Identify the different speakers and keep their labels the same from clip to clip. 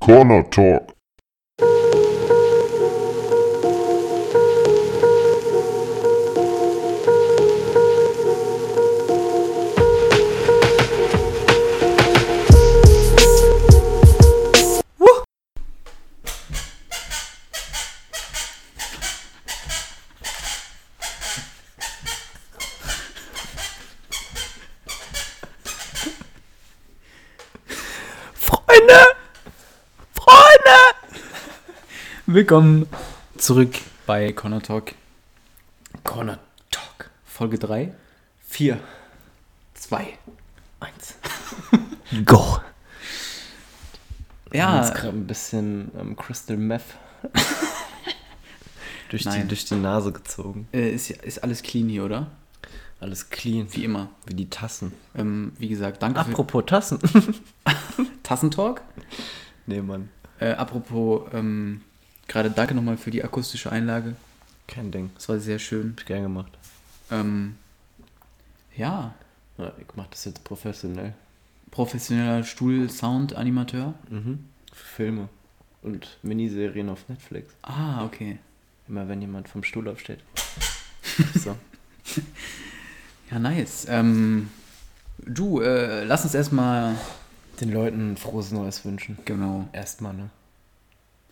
Speaker 1: Corner Talk.
Speaker 2: Freunde! Freunde! Willkommen zurück bei Connor Talk. Connor Talk. Folge 3, 4, 2, 1.
Speaker 3: Go. Wir haben
Speaker 2: Ja,
Speaker 3: jetzt gerade ein bisschen ähm, Crystal Meth durch,
Speaker 2: Nein.
Speaker 3: die, durch die Nase gezogen.
Speaker 2: äh, ist, ist alles clean hier, oder?
Speaker 3: Alles clean,
Speaker 2: Wie
Speaker 3: wie,
Speaker 2: immer.
Speaker 3: wie die Tassen.
Speaker 2: Ähm, wie gesagt, danke
Speaker 3: Apropos Tassen.
Speaker 2: für Tassentalk.
Speaker 3: nee, Mann.
Speaker 2: Äh, apropos, ähm, gerade danke nochmal für die akustische Einlage.
Speaker 3: Kein Ding.
Speaker 2: Das war sehr schön.
Speaker 3: Hab ich gern gemacht.
Speaker 2: Ähm, ja,
Speaker 3: Ja, ich mach das jetzt professionell.
Speaker 2: professioneller Stuhl-Sound-Animateur.
Speaker 3: Mhm. Für Filme und Miniserien auf Netflix.
Speaker 2: Ah, okay.
Speaker 3: Immer wenn jemand vom Stuhl aufsteht. so.
Speaker 2: Ja, nice. Ähm, du, äh, lass uns erstmal.
Speaker 3: Den Leuten ein frohes Neues wünschen.
Speaker 2: Genau.
Speaker 3: Erstmal, ne?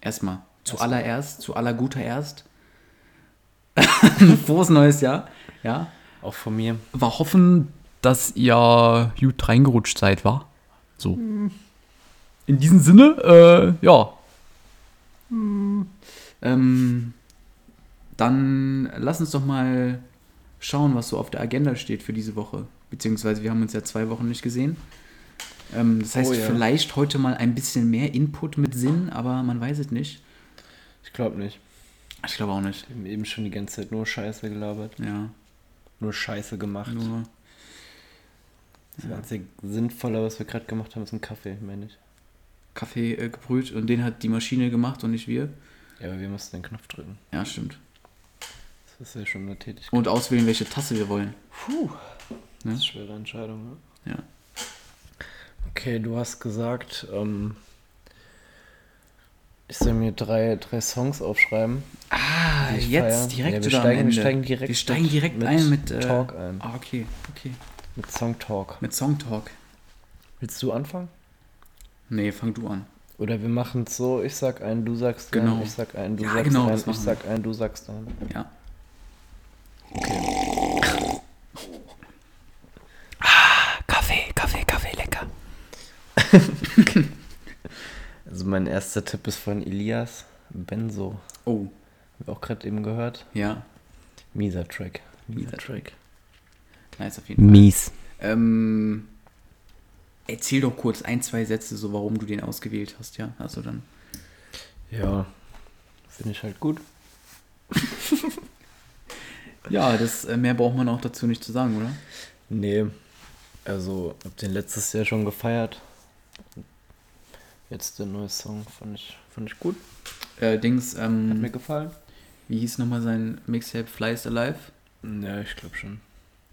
Speaker 2: Erstmal.
Speaker 3: Erstmal.
Speaker 2: Zuallererst, zu aller guter erst. Frohes neues Jahr. Ja.
Speaker 3: Auch von mir.
Speaker 2: Wir hoffen, dass ihr gut reingerutscht seid, wa? So. In diesem Sinne, äh, ja. Hm. Ähm, dann lass uns doch mal schauen, was so auf der Agenda steht für diese Woche. Beziehungsweise wir haben uns ja zwei Wochen nicht gesehen. Ähm, das heißt,
Speaker 3: Oh ja.
Speaker 2: vielleicht heute mal ein bisschen mehr Input mit Sinn, aber man weiß es nicht.
Speaker 3: Ich glaube nicht.
Speaker 2: Ich glaube auch nicht.
Speaker 3: Wir haben eben schon die ganze Zeit nur Scheiße gelabert.
Speaker 2: Ja,
Speaker 3: Nur Scheiße gemacht.
Speaker 2: nur.
Speaker 3: Das einzige Sinnvolle, was wir gerade gemacht haben, ist ein Kaffee, meine ich.
Speaker 2: Kaffee äh, gebrüht und den hat die Maschine gemacht und nicht wir.
Speaker 3: Ja, aber wir mussten den Knopf drücken.
Speaker 2: Ja, stimmt.
Speaker 3: Das ist ja schon eine Tätigkeit.
Speaker 2: Und auswählen, welche Tasse wir wollen.
Speaker 3: Puh.
Speaker 2: Ne?
Speaker 3: Das ist eine schwere Entscheidung, ne?
Speaker 2: Ja.
Speaker 3: Okay, du hast gesagt, ähm, ich soll mir drei, drei Songs aufschreiben.
Speaker 2: Ah,
Speaker 3: die ich feier.
Speaker 2: jetzt direkt
Speaker 3: ja, wir
Speaker 2: oder am
Speaker 3: steigen,
Speaker 2: Ende?
Speaker 3: Wir steigen direkt,
Speaker 2: wir steigen direkt
Speaker 3: mit,
Speaker 2: ein mit äh,
Speaker 3: Talk ein.
Speaker 2: Ah, okay, okay.
Speaker 3: Mit Song Talk.
Speaker 2: Mit Song Talk.
Speaker 3: Willst du anfangen?
Speaker 2: Nee, fang du an.
Speaker 3: Oder wir machen es so, ich sag einen, du sagst einen,
Speaker 2: Genau.
Speaker 3: ich sag einen, du
Speaker 2: Ja,
Speaker 3: sagst
Speaker 2: genau, das
Speaker 3: einen, ich
Speaker 2: machen wir.
Speaker 3: sag einen, du sagst einen.
Speaker 2: Ja.
Speaker 3: Kaffee, Kaffee, Kaffee, lecker. also mein erster Tipp ist von Elias Benzo.
Speaker 2: Oh,
Speaker 3: Haben wir auch gerade eben gehört.
Speaker 2: ja.
Speaker 3: Mieser Track.
Speaker 2: Mieser
Speaker 3: Track.
Speaker 2: Nice auf jeden Fall.
Speaker 3: Mies.
Speaker 2: Ähm, erzähl doch kurz ein, zwei Sätze, so warum du den ausgewählt hast, ja. Also dann.
Speaker 3: Ja. Finde ich halt gut.
Speaker 2: Ja, das äh, mehr braucht man auch dazu nicht zu sagen, oder?
Speaker 3: Nee. Also, hab den letztes Jahr schon gefeiert. Jetzt der neue Song fand ich, fand ich gut.
Speaker 2: Äh, Dings,
Speaker 3: Hat
Speaker 2: ähm,
Speaker 3: mir gefallen.
Speaker 2: Wie hieß nochmal sein Mixtape Fly is Alive?
Speaker 3: Ja, ich glaube schon.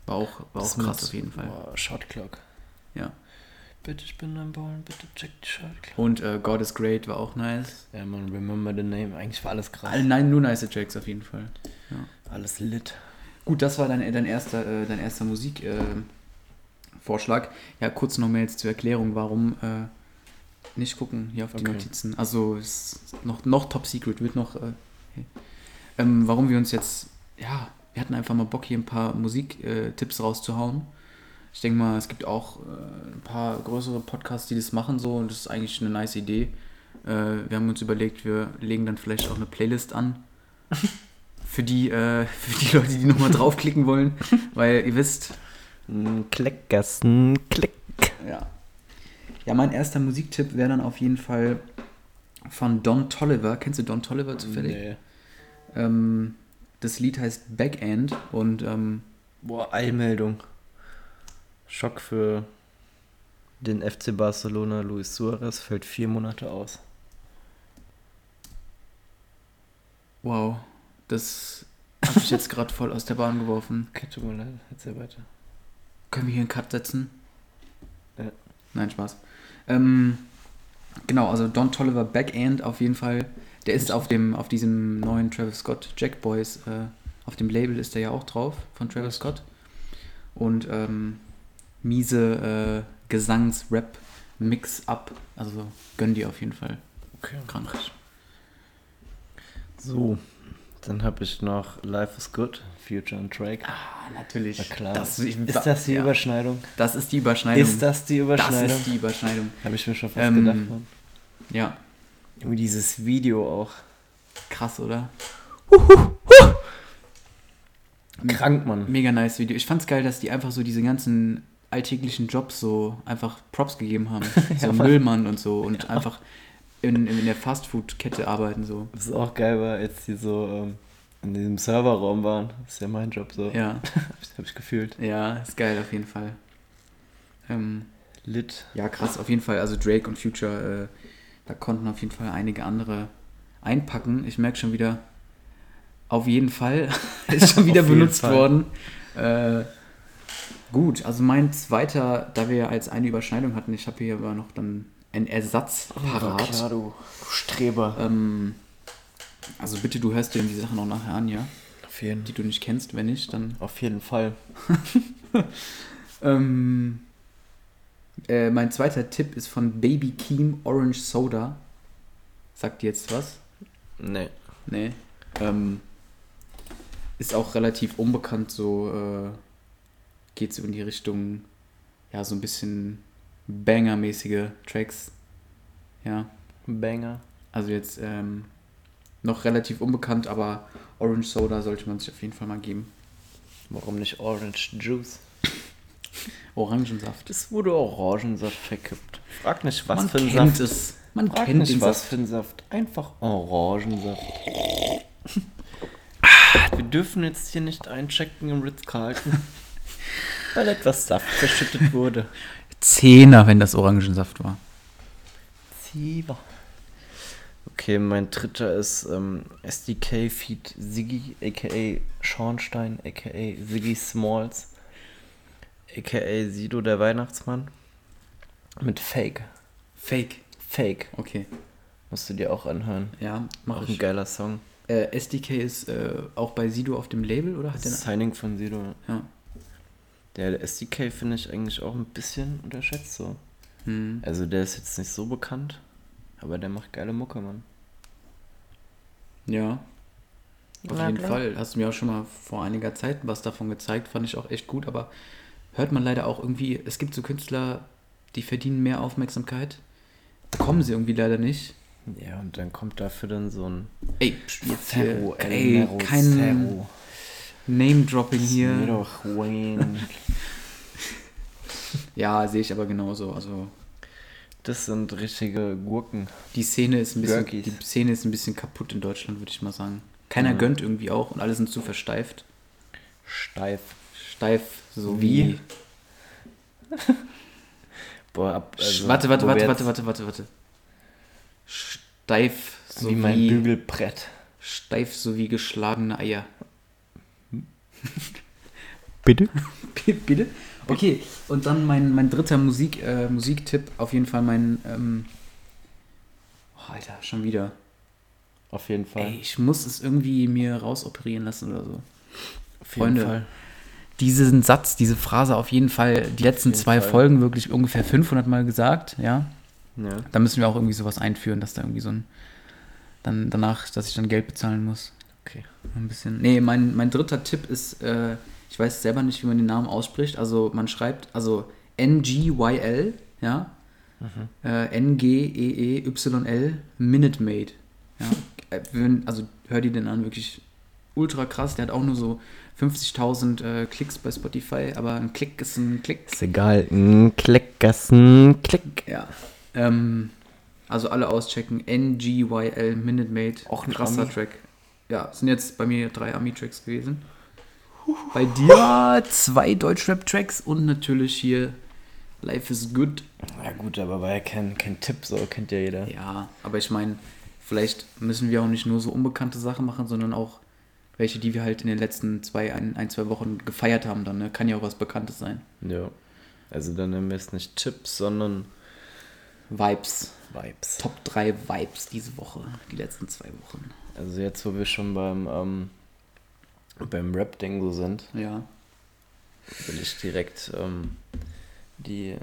Speaker 2: War auch, war
Speaker 3: Das
Speaker 2: auch krass
Speaker 3: mit-
Speaker 2: auf jeden Fall.
Speaker 3: Boah, Shot Clock.
Speaker 2: Ja.
Speaker 3: Bitte, ich bin ein Ball, bitte check die Shot Clock.
Speaker 2: Und äh, God is Great war auch nice.
Speaker 3: Ja, man, remember the name. Eigentlich war alles krass.
Speaker 2: All, nein, nur nice Tracks auf jeden Fall.
Speaker 3: Alles lit.
Speaker 2: Gut, das war dein, dein erster, äh, dein erster Musikvorschlag. Äh, Vorschlag. ja, kurz nochmal jetzt zur Erklärung, warum äh, nicht gucken hier auf die
Speaker 3: Okay.
Speaker 2: Notizen. Also es ist noch, noch Top Secret, wird noch. Äh, hey. ähm, warum wir uns jetzt, ja, wir hatten einfach mal Bock, hier ein paar Musiktipps äh, Tipps rauszuhauen. Ich denke mal, es gibt auch äh, ein paar größere Podcasts, die das machen so und das ist eigentlich eine nice Idee. Äh, wir haben uns überlegt, wir legen dann vielleicht auch eine Playlist an. für, die, äh, für die Leute, die nochmal draufklicken wollen. Weil ihr wisst,
Speaker 3: Kleckgassen, Kleck.
Speaker 2: ja. Ja, mein erster Musiktipp wäre dann auf jeden Fall von Don Tolliver. Kennst du Don Tolliver zufällig?
Speaker 3: Nee.
Speaker 2: Ähm, das Lied heißt Backend und ähm,
Speaker 3: Boah, Eilmeldung. Schock für den FC Barcelona. Luis Suarez fällt vier Monate aus.
Speaker 2: wow, das habe ich jetzt gerade voll aus der Bahn geworfen.
Speaker 3: Okay, tut mir leid, erzähl weiter.
Speaker 2: Können wir hier einen Cut setzen?
Speaker 3: Ja.
Speaker 2: Nein, Spaß. Ähm, Genau, also Don Tolliver Backend auf jeden Fall. Der ist auf dem, auf diesem neuen Travis Scott Jack Boys, äh, auf dem Label ist der ja auch drauf von Travis Scott. Und ähm, miese äh, Gesangs-Rap-Mix-Up. Also gönn dir auf jeden Fall.
Speaker 3: Okay.
Speaker 2: Krank.
Speaker 3: So, dann habe ich noch Life is Good, Future on Track.
Speaker 2: Ah, natürlich.
Speaker 3: Na klar.
Speaker 2: Das, ich,
Speaker 3: ist das die
Speaker 2: ja.
Speaker 3: Überschneidung?
Speaker 2: Das ist die Überschneidung.
Speaker 3: Ist das die
Speaker 2: Das
Speaker 3: Überschneidung?
Speaker 2: ist die Überschneidung.
Speaker 3: Habe ich mir schon fast
Speaker 2: Ähm,
Speaker 3: gedacht, Mann.
Speaker 2: Ja,
Speaker 3: Irgendwie dieses Video auch.
Speaker 2: krass, oder?
Speaker 3: Krank, Mann.
Speaker 2: Mega nice Video. Ich fand's geil, dass die einfach so diese ganzen alltäglichen Jobs so einfach Props gegeben haben. So Müllmann und so und einfach in, in der Fastfood-Kette arbeiten so.
Speaker 3: Was auch geil war, als die so ähm, in diesem Serverraum waren. Das ist ja mein Job so.
Speaker 2: Ja,
Speaker 3: Hab ich- hab ich gefühlt.
Speaker 2: ja, ist geil auf jeden Fall. Ähm,
Speaker 3: Lit.
Speaker 2: ja, krass, auf jeden Fall. Also Drake und Future, äh, da konnten auf jeden Fall einige andere einpacken. Ich merke schon wieder, auf jeden Fall ist schon wieder
Speaker 3: Auf jeden
Speaker 2: benutzt
Speaker 3: Fall.
Speaker 2: worden. Äh, gut, also mein zweiter, da wir ja als eine Überschneidung hatten, ich habe hier aber noch dann einen Ersatz
Speaker 3: Oh,
Speaker 2: parat.
Speaker 3: klar, du Streber.
Speaker 2: ähm, also bitte, du hörst dir die Sachen auch nachher an, ja?
Speaker 3: Auf jeden,
Speaker 2: Die du nicht kennst, wenn nicht, dann
Speaker 3: auf jeden Fall.
Speaker 2: Ähm, äh, mein zweiter Tipp ist von Baby Keem Orange Soda. Sagt dir jetzt was?
Speaker 3: Nee.
Speaker 2: Nee. Ähm, ist auch relativ unbekannt, so äh, geht es in die Richtung, ja, so ein bisschen Banger-mäßige Tracks. Ja.
Speaker 3: Banger.
Speaker 2: Also jetzt ähm, noch relativ unbekannt, aber Orange Soda sollte man sich auf jeden Fall mal geben.
Speaker 3: Warum nicht Orange Juice?
Speaker 2: Orangensaft.
Speaker 3: Das wurde Orangensaft verkippt. Frag nicht, was
Speaker 2: man
Speaker 3: für ein
Speaker 2: kennt
Speaker 3: Saft.
Speaker 2: es. Man
Speaker 3: Frag
Speaker 2: kennt den
Speaker 3: nicht, was
Speaker 2: Saft.
Speaker 3: für ein Saft. Einfach Orangensaft. Ah, Wir dürfen jetzt hier nicht einchecken im Ritz-Carlton, weil etwas Saft verschüttet wurde.
Speaker 2: Zehner, wenn das Orangensaft war.
Speaker 3: Zieber. Okay, mein dritter ist ähm, SDK Feed Siggi, aka Schornstein, aka Siggi Smalls, aka Sido der Weihnachtsmann. Mit Fake.
Speaker 2: Fake.
Speaker 3: Fake.
Speaker 2: Okay,
Speaker 3: Musst du dir auch anhören.
Speaker 2: ja, mach
Speaker 3: Auch ein
Speaker 2: ich.
Speaker 3: geiler Song.
Speaker 2: Äh, SDK ist äh, auch bei Sido auf dem Label oder hat der?
Speaker 3: Das Signing von Sido.
Speaker 2: Ja.
Speaker 3: Der SDK finde ich eigentlich auch ein bisschen unterschätzt so.
Speaker 2: Hm.
Speaker 3: Also der ist jetzt nicht so bekannt, aber der macht geile Mucke, Mann.
Speaker 2: Ja, auf
Speaker 3: Na
Speaker 2: jeden
Speaker 3: klar.
Speaker 2: Fall. Hast du mir auch schon mal vor einiger Zeit was davon gezeigt, fand ich auch echt gut, aber hört man leider auch irgendwie, es gibt so Künstler, die verdienen mehr Aufmerksamkeit, bekommen sie irgendwie leider nicht.
Speaker 3: Ja, und dann kommt dafür dann so ein
Speaker 2: Ey, pst, jetzt hier,
Speaker 3: Zero, El
Speaker 2: ey,
Speaker 3: Nero,
Speaker 2: kein
Speaker 3: Zero.
Speaker 2: Name-Dropping
Speaker 3: Ist mir
Speaker 2: hier.
Speaker 3: doch Wayne.
Speaker 2: Ja, sehe ich aber genauso, also
Speaker 3: Das sind richtige Gurken.
Speaker 2: Die Szene ist ein bisschen,
Speaker 3: Gurkis.
Speaker 2: die Szene ist ein bisschen kaputt in Deutschland, würde ich mal sagen. Keiner
Speaker 3: Mhm.
Speaker 2: gönnt irgendwie auch und alle sind zu versteift.
Speaker 3: Steif.
Speaker 2: Steif, so wie.
Speaker 3: Wie? Boah, ab,
Speaker 2: Sch-
Speaker 3: Also, wo
Speaker 2: warte, warte, warte,
Speaker 3: wir
Speaker 2: warte,
Speaker 3: jetzt-
Speaker 2: warte, warte, warte. Steif, so
Speaker 3: Wie
Speaker 2: wie,
Speaker 3: mein Bügelbrett.
Speaker 2: steif, so wie geschlagene Eier.
Speaker 3: Bitte?
Speaker 2: Bitte? Okay, und dann mein, mein dritter Musik, äh, Musiktipp, auf jeden Fall mein. Ähm, oh, Alter, schon wieder.
Speaker 3: Auf jeden Fall.
Speaker 2: Ey, ich muss es irgendwie mir rausoperieren lassen oder so.
Speaker 3: Auf
Speaker 2: Freunde. diesen Satz, diese Phrase auf jeden Fall die letzten
Speaker 3: jeden
Speaker 2: zwei
Speaker 3: Fall.
Speaker 2: Folgen wirklich ungefähr 500 Mal gesagt, ja.
Speaker 3: Ja.
Speaker 2: Da müssen wir auch irgendwie sowas einführen, dass da irgendwie so ein, dann danach, dass ich dann Geld bezahlen muss.
Speaker 3: Okay.
Speaker 2: Ein bisschen. Nee, mein, mein dritter Tipp ist, äh, ich weiß selber nicht, wie man den Namen ausspricht, also man schreibt, also N-G-Y-L, ja. Äh, E N-G-E-E-Y-L, Minute Maid. Ja. Äh, wenn- Also hör dir den an, wirklich ultra krass. Der hat auch nur so 50.000 äh, Klicks bei Spotify, aber ein Klick ist Hm, ein Klick.
Speaker 3: Ist egal. Ein Klick, ist ein Klick.
Speaker 2: Ja. Ähm, also alle auschecken. NGYL Minute Maid.
Speaker 3: Auch ein
Speaker 2: krasser
Speaker 3: Ami?
Speaker 2: Track. Ja, es sind jetzt bei mir drei Ami-Tracks gewesen. Bei dir zwei Deutschrap-Tracks und natürlich hier Life is Good.
Speaker 3: Na gut, aber war ja kein, kein Tipp, so kennt ja jeder.
Speaker 2: Ja, aber ich meine, vielleicht müssen wir auch nicht nur so unbekannte Sachen machen, sondern auch welche, die wir halt in den letzten zwei, ein, ein zwei Wochen gefeiert haben dann. Ne? Kann ja auch was Bekanntes sein.
Speaker 3: Ja. Also dann nennen wir es nicht Tipps, sondern
Speaker 2: Vibes.
Speaker 3: Vibes.
Speaker 2: Top 3 Vibes diese Woche, die letzten zwei Wochen.
Speaker 3: Also jetzt, wo wir schon beim, ähm, beim Rap-Ding so sind,
Speaker 2: Ja.
Speaker 3: will ich direkt ähm, die,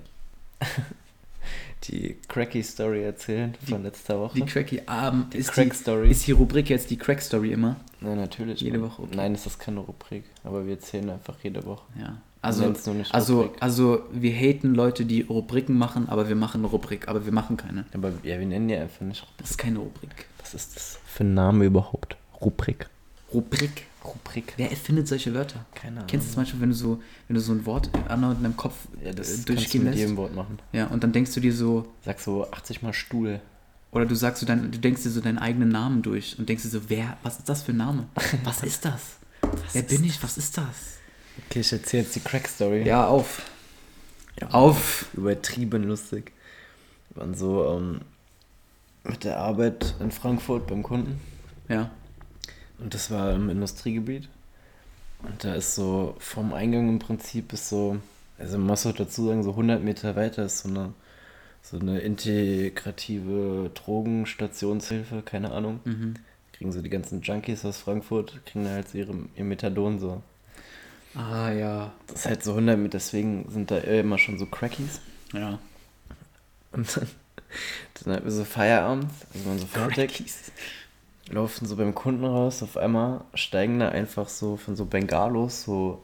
Speaker 3: die Cracky-Story erzählen von letzter Woche.
Speaker 2: Die Cracky Abend
Speaker 3: Die
Speaker 2: ist,
Speaker 3: Crack-Story.
Speaker 2: die, ist die Rubrik jetzt die Crack Story immer.
Speaker 3: Nein, natürlich.
Speaker 2: Jede
Speaker 3: Mann.
Speaker 2: Woche, okay.
Speaker 3: Nein, es ist keine Rubrik, aber wir erzählen einfach jede Woche.
Speaker 2: Ja. Also,
Speaker 3: Nenn's nur nicht
Speaker 2: also,
Speaker 3: Rubrik.
Speaker 2: also wir haten Leute, die Rubriken machen, aber wir machen eine Rubrik, aber wir machen keine.
Speaker 3: Aber ja, wir nennen ja einfach nicht.
Speaker 2: Das ist keine Rubrik.
Speaker 3: Was ist das für ein Name überhaupt? Rubrik.
Speaker 2: Rubrik.
Speaker 3: Rubrik.
Speaker 2: Wer erfindet solche Wörter?
Speaker 3: Keine Ahnung.
Speaker 2: Kennst du zum Beispiel, wenn du so, wenn du so ein Wort anderen in deinem Kopf
Speaker 3: ja, das
Speaker 2: äh,
Speaker 3: kannst du
Speaker 2: durchgehen
Speaker 3: mit
Speaker 2: lässt?
Speaker 3: jedem Wort machen.
Speaker 2: Ja, und dann denkst du dir so,
Speaker 3: Sag so 80 mal Stuhl.
Speaker 2: Oder du sagst so dein, du denkst dir so deinen eigenen Namen durch und denkst dir so, wer, was ist das für ein Name? Was ist das? wer bin ich? Was ist das?
Speaker 3: Okay, ich erzähle jetzt die Crack-Story.
Speaker 2: Ja, auf. Auf.
Speaker 3: Übertrieben lustig. Wir waren so ähm, mit der Arbeit in Frankfurt beim Kunden.
Speaker 2: Ja.
Speaker 3: Und das war im Industriegebiet. Und da ist so, vom Eingang im Prinzip ist so, also man muss auch dazu sagen, so 100 Meter weiter ist so eine, so eine integrative Drogenstationshilfe, keine Ahnung.
Speaker 2: Mhm.
Speaker 3: Kriegen so die ganzen Junkies aus Frankfurt, kriegen da halt so ihre, ihr Methadon so.
Speaker 2: Ah, ja.
Speaker 3: Das ist halt so 100 Meter, deswegen sind da immer schon so Crackies.
Speaker 2: Ja.
Speaker 3: Und dann, dann hatten wir so Feierabend, also waren so fertig. laufen so beim Kunden raus, auf einmal steigen da einfach so von so Bengalos so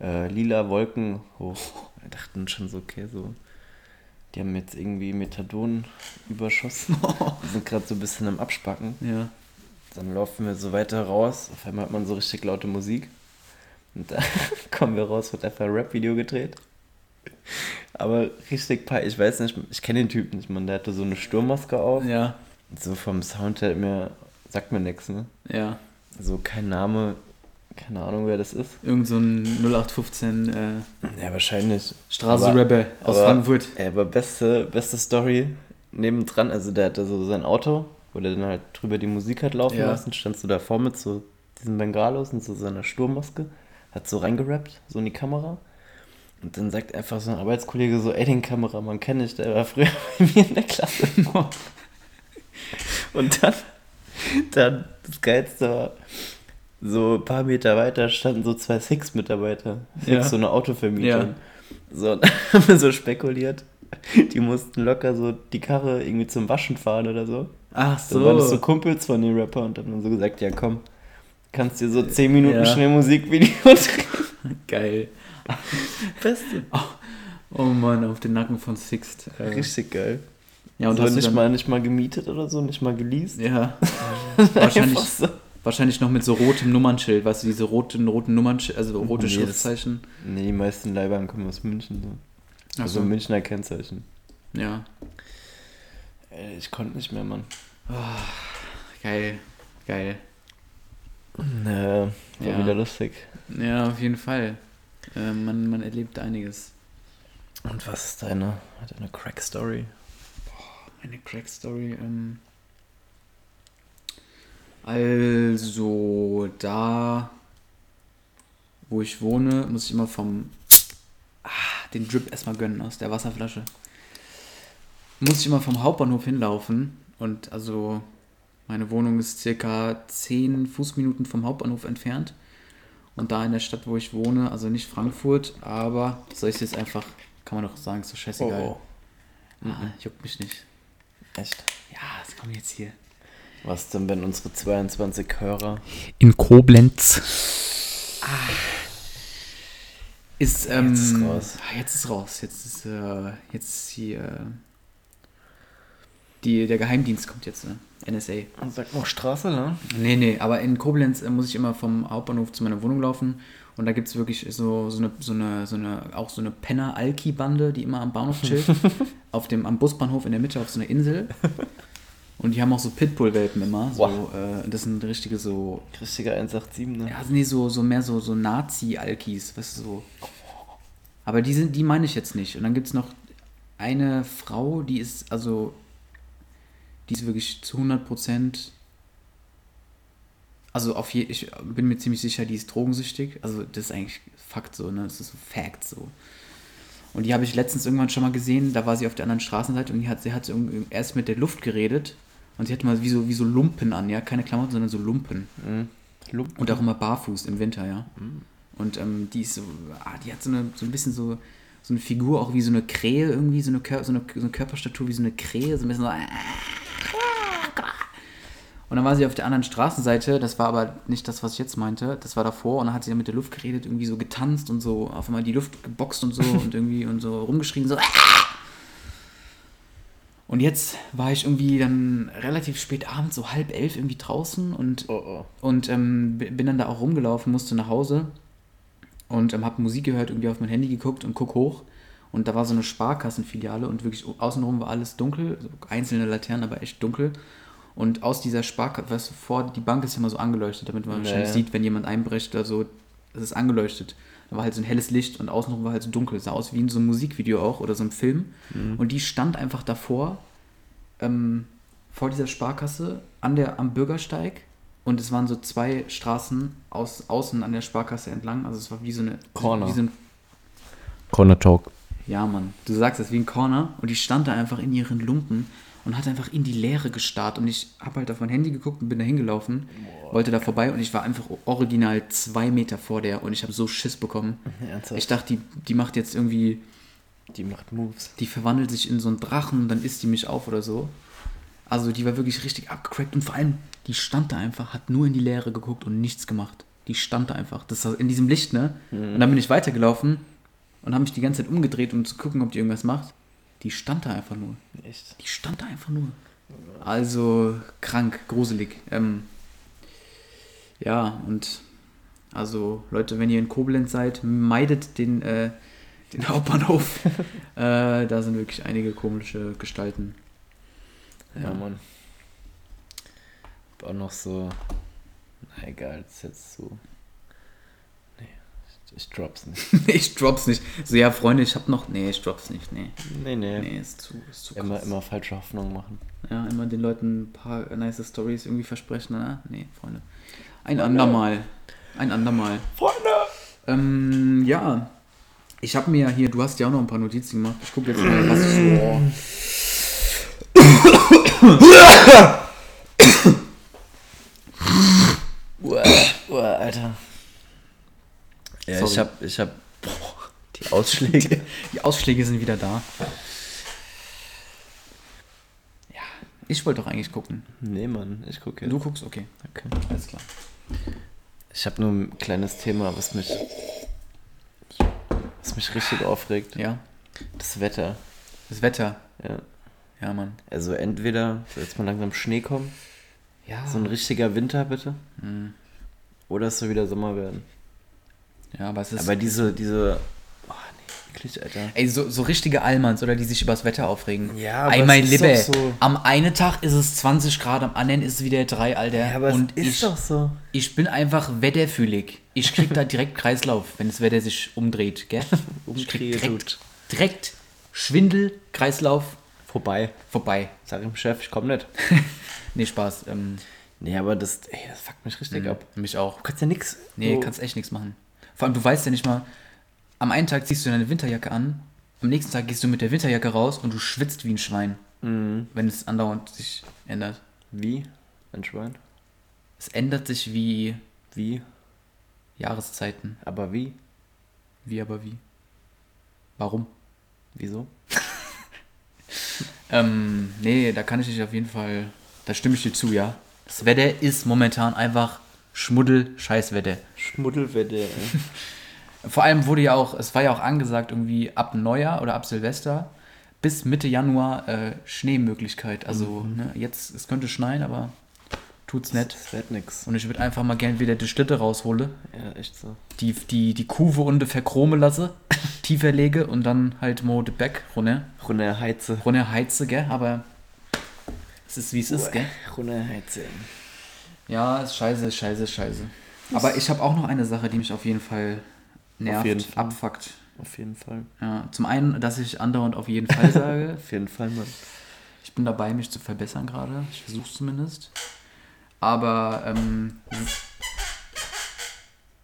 Speaker 3: äh, lila Wolken hoch. Wir dachten schon so, okay, so. Die haben jetzt irgendwie Methadon-Überschuss. Die sind gerade so ein bisschen am Abspacken.
Speaker 2: Ja.
Speaker 3: Dann laufen wir so weiter raus. Auf einmal hat man so richtig laute Musik. Und da kommen wir raus, wird einfach ein Rap-Video gedreht. Aber richtig paar, ich weiß nicht, ich kenne den Typen nicht, man. Der hatte so eine Sturmmaske auf.
Speaker 2: Ja.
Speaker 3: So vom Sound her mir, sagt mir nichts, ne?
Speaker 2: Ja.
Speaker 3: So kein Name, keine Ahnung, wer das ist.
Speaker 2: Irgend so ein 0815 äh,
Speaker 3: Ja, wahrscheinlich.
Speaker 2: Straßenrebel
Speaker 3: Aber-
Speaker 2: aus
Speaker 3: aber-
Speaker 2: Frankfurt.
Speaker 3: Ey, aber beste, beste Story nebendran, also der hatte so sein Auto, wo der dann halt drüber die Musik hat laufen
Speaker 2: Ja.
Speaker 3: lassen, standst du davor mit so diesen Bengalos und so seiner Sturmmaske, hat so reingerappt, so in die Kamera. Und dann sagt einfach so ein Arbeitskollege so, ey, den Kameramann kenne ich, der war früher bei mir in der Klasse. Und dann, dann, das Geilste war, so ein paar Meter weiter standen so zwei Six-Mitarbeiter. Six,
Speaker 2: Ja.
Speaker 3: so eine Autovermietung.
Speaker 2: Ja.
Speaker 3: So, und haben wir so spekuliert. Die mussten locker so die Karre irgendwie zum Waschen fahren oder so.
Speaker 2: Ach
Speaker 3: So, waren das so Kumpels von den Rapper und dann haben so gesagt, ja komm, kannst dir so 10 Minuten
Speaker 2: Ja.
Speaker 3: schnell Musikvideo drehen.
Speaker 2: Geil.
Speaker 3: Beste.
Speaker 2: Oh Mann, auf den Nacken von Sixt. Äh,
Speaker 3: Richtig geil.
Speaker 2: ja, und
Speaker 3: so
Speaker 2: hast du
Speaker 3: nicht
Speaker 2: dann,
Speaker 3: mal, nicht mal gemietet oder so, nicht mal geleast.
Speaker 2: Ja. Wahrscheinlich,
Speaker 3: Einfach so.
Speaker 2: Wahrscheinlich noch mit so rotem Nummernschild, weißt du, diese roten, roten Nummernschild, also rote
Speaker 3: Nee, das-
Speaker 2: Schriftzeichen.
Speaker 3: Nee, die meisten Leibern kommen aus München. So. Also
Speaker 2: Also,
Speaker 3: Münchner Kennzeichen.
Speaker 2: ja.
Speaker 3: Ey, Äh, ich konnte nicht mehr, Mann.
Speaker 2: Geil, geil.
Speaker 3: Naja, Äh, war
Speaker 2: Ja.
Speaker 3: wieder lustig.
Speaker 2: Ja, auf jeden Fall. Äh, man, man erlebt einiges.
Speaker 3: Und was ist deine, deine Crack-Story?
Speaker 2: Eine Crack-Story. Ähm. Also, da, wo ich wohne, muss ich immer vom. Ah, den Drip erstmal gönnen aus der Wasserflasche. Muss ich immer vom Hauptbahnhof hinlaufen. Und also, meine Wohnung ist circa 10 Fußminuten vom Hauptbahnhof entfernt. Und da in der Stadt, wo ich wohne, also nicht Frankfurt, aber soll ich es jetzt einfach, kann man doch sagen, ist so scheißegal.
Speaker 3: Oh,
Speaker 2: Ah, juckt mich nicht.
Speaker 3: Echt?
Speaker 2: Ja, es kommt jetzt hier.
Speaker 3: Was denn, wenn unsere 22 Hörer.
Speaker 2: In Koblenz. Ah. Ist, ähm,
Speaker 3: Jetzt ist raus.
Speaker 2: ah, Jetzt ist raus. Jetzt ist, äh, jetzt ist die, äh, die, der Geheimdienst kommt jetzt, ne? NSA.
Speaker 3: Und sagt noch Straße, ne?
Speaker 2: Nee, nee, aber in Koblenz äh, muss ich immer vom Hauptbahnhof zu meiner Wohnung laufen und da gibt es wirklich so, so eine, so eine, so eine, auch so eine Penner-Alki-Bande, die immer am Bahnhof chillt, auf dem, am Busbahnhof in der Mitte auf so einer Insel. Und die haben auch so Pitbull-Welpen immer. So,
Speaker 3: Wow.
Speaker 2: äh, das sind richtige so,
Speaker 3: Richtiger 187, ne?
Speaker 2: ja, nee, so, so mehr so, so Nazi-Alkis, weißt du, so. Aber die, sind, die meine ich jetzt nicht. Und dann gibt es noch eine Frau, die ist, also, die ist wirklich zu 100 Prozent, also auf je, ich bin mir ziemlich sicher, die ist drogensüchtig. Also das ist eigentlich Fakt so, ne, das ist so Fact so. Und die habe ich letztens irgendwann schon mal gesehen, da war sie auf der anderen Straßenseite und die hat, sie hat so irgendwie erst mit der Luft geredet und sie hatte mal wie so, wie so Lumpen an, ja, keine Klamotten, sondern so Lumpen.
Speaker 3: Mhm. Lumpen.
Speaker 2: Und auch immer barfuß im Winter, ja. Und ähm, die ist so, ah, die hat so, eine, so ein bisschen so, so eine Figur, auch wie so eine Krähe irgendwie, so eine, Kör so eine, so eine Körperstatur wie so eine Krähe, so ein bisschen so. ah, Und dann war sie auf der anderen Straßenseite, das war aber nicht das, was ich jetzt meinte, das war davor und dann hat sie dann mit der Luft geredet, irgendwie so getanzt und so auf einmal die Luft geboxt und so und irgendwie und so rumgeschrien, so. ah. Und jetzt war ich irgendwie dann relativ spät abends, so halb elf irgendwie draußen und
Speaker 3: Oh, oh.
Speaker 2: und ähm, b- bin dann da auch rumgelaufen, musste nach Hause und ähm, habe Musik gehört, irgendwie auf mein Handy geguckt und guck hoch. Und da war so eine Sparkassenfiliale und wirklich außenrum war alles dunkel, so einzelne Laternen, aber echt dunkel. Und aus dieser Sparkasse, weißt du, vor, die Bank ist ja immer so angeleuchtet, damit man
Speaker 3: Ja,
Speaker 2: wahrscheinlich
Speaker 3: ja.
Speaker 2: sieht, wenn jemand einbricht oder so, es ist angeleuchtet. Da war halt so ein helles Licht und außenrum war halt so dunkel. Sah aus wie in so einem Musikvideo auch oder so einem Film.
Speaker 3: Mhm.
Speaker 2: Und die stand einfach davor ähm, vor dieser Sparkasse an der, am Bürgersteig und es waren so zwei Straßen aus, außen an der Sparkasse entlang. Also es war wie so eine.
Speaker 3: Corner.
Speaker 2: Wie so ein,
Speaker 3: Corner Talk.
Speaker 2: ja, Mann. Du sagst es wie ein Corner und die stand da einfach in ihren Lumpen und hat einfach in die Leere gestarrt. Und ich habe halt auf mein Handy geguckt und bin da hingelaufen, wollte da vorbei und ich war einfach original zwei Meter vor der und ich habe so Schiss bekommen.
Speaker 3: Ernsthaft?
Speaker 2: Ich dachte, die, die macht jetzt irgendwie
Speaker 3: die macht Moves.
Speaker 2: die verwandelt sich in so einen Drachen und dann isst die mich auf oder so. Also die war wirklich richtig abgecrackt und vor allem, die stand da einfach, hat nur in die Leere geguckt und nichts gemacht. Die stand da einfach. Das war in diesem Licht, ne? Und dann bin ich weitergelaufen und habe mich die ganze Zeit umgedreht, um zu gucken, ob die irgendwas macht. Die stand da einfach nur.
Speaker 3: Echt?
Speaker 2: Die stand da einfach nur. Also krank, gruselig. Ähm, ja, und also Leute, wenn ihr in Koblenz seid, meidet den, äh, den Hauptbahnhof. äh, da sind wirklich einige komische Gestalten.
Speaker 3: Ja, Mann. Hab Auch noch so. Na egal, das ist jetzt so. Nee, ich, ich drop's nicht.
Speaker 2: ich drop's nicht. So, ja, Freunde, ich hab noch. Nee, ich drop's nicht. Nee,
Speaker 3: Nee, nee.
Speaker 2: nee ist zu, ist zu
Speaker 3: Immer,
Speaker 2: krass.
Speaker 3: immer falsche Hoffnung machen.
Speaker 2: Ja, immer den Leuten ein paar nice Stories irgendwie versprechen. Na? Nee, Freunde. Ein andermal. Ein andermal.
Speaker 3: Freunde!
Speaker 2: Ähm, ja. Ich habe mir ja hier, du hast ja auch noch ein paar Notizen gemacht. Ich gucke jetzt mal, was ich so.
Speaker 3: Uah, uah, Alter. Ja,
Speaker 2: Sorry.
Speaker 3: ich hab, ich hab boah, die Ausschläge.
Speaker 2: Die Ausschläge sind wieder da. Ja. Ich wollte doch eigentlich gucken.
Speaker 3: nee, Mann, ich gucke jetzt.
Speaker 2: Du guckst? Okay.
Speaker 3: Okay.
Speaker 2: Alles klar.
Speaker 3: Ich habe nur ein kleines Thema, was mich, was mich richtig aufregt.
Speaker 2: Ja.
Speaker 3: Das Wetter.
Speaker 2: Das Wetter.
Speaker 3: Ja.
Speaker 2: Ja, Mann.
Speaker 3: Also entweder soll jetzt mal langsam Schnee kommen,
Speaker 2: Ja.
Speaker 3: so ein richtiger Winter bitte,
Speaker 2: Mhm.
Speaker 3: oder es soll wieder Sommer werden.
Speaker 2: ja, aber es ist.
Speaker 3: Aber diese, diese, oh nee, wirklich, Alter.
Speaker 2: Ey, so, so richtige Allmanns, oder die sich übers Wetter aufregen.
Speaker 3: Ja, aber
Speaker 2: Ey,
Speaker 3: es
Speaker 2: mein
Speaker 3: ist
Speaker 2: Liebe,
Speaker 3: doch so.
Speaker 2: am einen Tag ist es 20 Grad, am anderen ist es wieder 3, Alter. Und ich,
Speaker 3: so.
Speaker 2: ich bin einfach wetterfühlig. Ich krieg da direkt Kreislauf, wenn das Wetter sich umdreht, gell? Ich krieg
Speaker 3: Umdreht.
Speaker 2: direkt, direkt Schwindel, Kreislauf,
Speaker 3: Vorbei.
Speaker 2: vorbei.
Speaker 3: Sag dem Chef, ich komme nicht.
Speaker 2: Nee, Spaß. Ähm,
Speaker 3: Nee, aber das, ey, das fuckt mich richtig ab.
Speaker 2: mich auch.
Speaker 3: Du kannst ja nix.
Speaker 2: Mhm. Nee,
Speaker 3: so-
Speaker 2: kannst echt nichts machen. Vor allem, du weißt ja nicht mal, am einen Tag ziehst du deine Winterjacke an, am nächsten Tag gehst du mit der Winterjacke raus und du schwitzt wie ein Schwein,
Speaker 3: Mhm.
Speaker 2: wenn es andauernd sich ändert.
Speaker 3: Wie? Ein Schwein?
Speaker 2: Es ändert sich wie
Speaker 3: Wie?
Speaker 2: Jahreszeiten.
Speaker 3: Aber wie?
Speaker 2: Wie aber wie? Warum?
Speaker 3: Wieso?
Speaker 2: Ähm, nee, da kann ich dich auf jeden Fall, da stimme ich dir zu, ja. Das Wetter ist momentan einfach Schmuddel, Scheißwetter.
Speaker 3: Schmuddelwette, ey.
Speaker 2: Vor allem wurde ja auch, es war ja auch angesagt, irgendwie ab Neujahr oder ab Silvester bis Mitte Januar äh, Schneemöglichkeit. Also
Speaker 3: Mhm.
Speaker 2: ne, jetzt, es könnte schneien, aber tut's nicht.
Speaker 3: Das wird nix.
Speaker 2: Und ich würde einfach mal gern wieder die Schlitte raushole,
Speaker 3: Ja, echt so.
Speaker 2: die, die, die Kuve unten verkrome lasse, tiefer lege und dann halt mo de Back runter,
Speaker 3: Runde Heize.
Speaker 2: runter heize, gell? Aber es ist wie es ist, gell?
Speaker 3: Runde Heize.
Speaker 2: Ja, ist scheiße, ist scheiße, ist scheiße. Aber ich habe auch noch eine Sache, die mich auf jeden Fall nervt,
Speaker 3: jeden Fall.
Speaker 2: abfuckt.
Speaker 3: Auf jeden Fall.
Speaker 2: Ja, zum einen, dass ich andauernd auf jeden Fall sage.
Speaker 3: Auf jeden Fall, Mann.
Speaker 2: Ich bin dabei, mich zu verbessern gerade. Ich versuche zumindest. Aber ähm,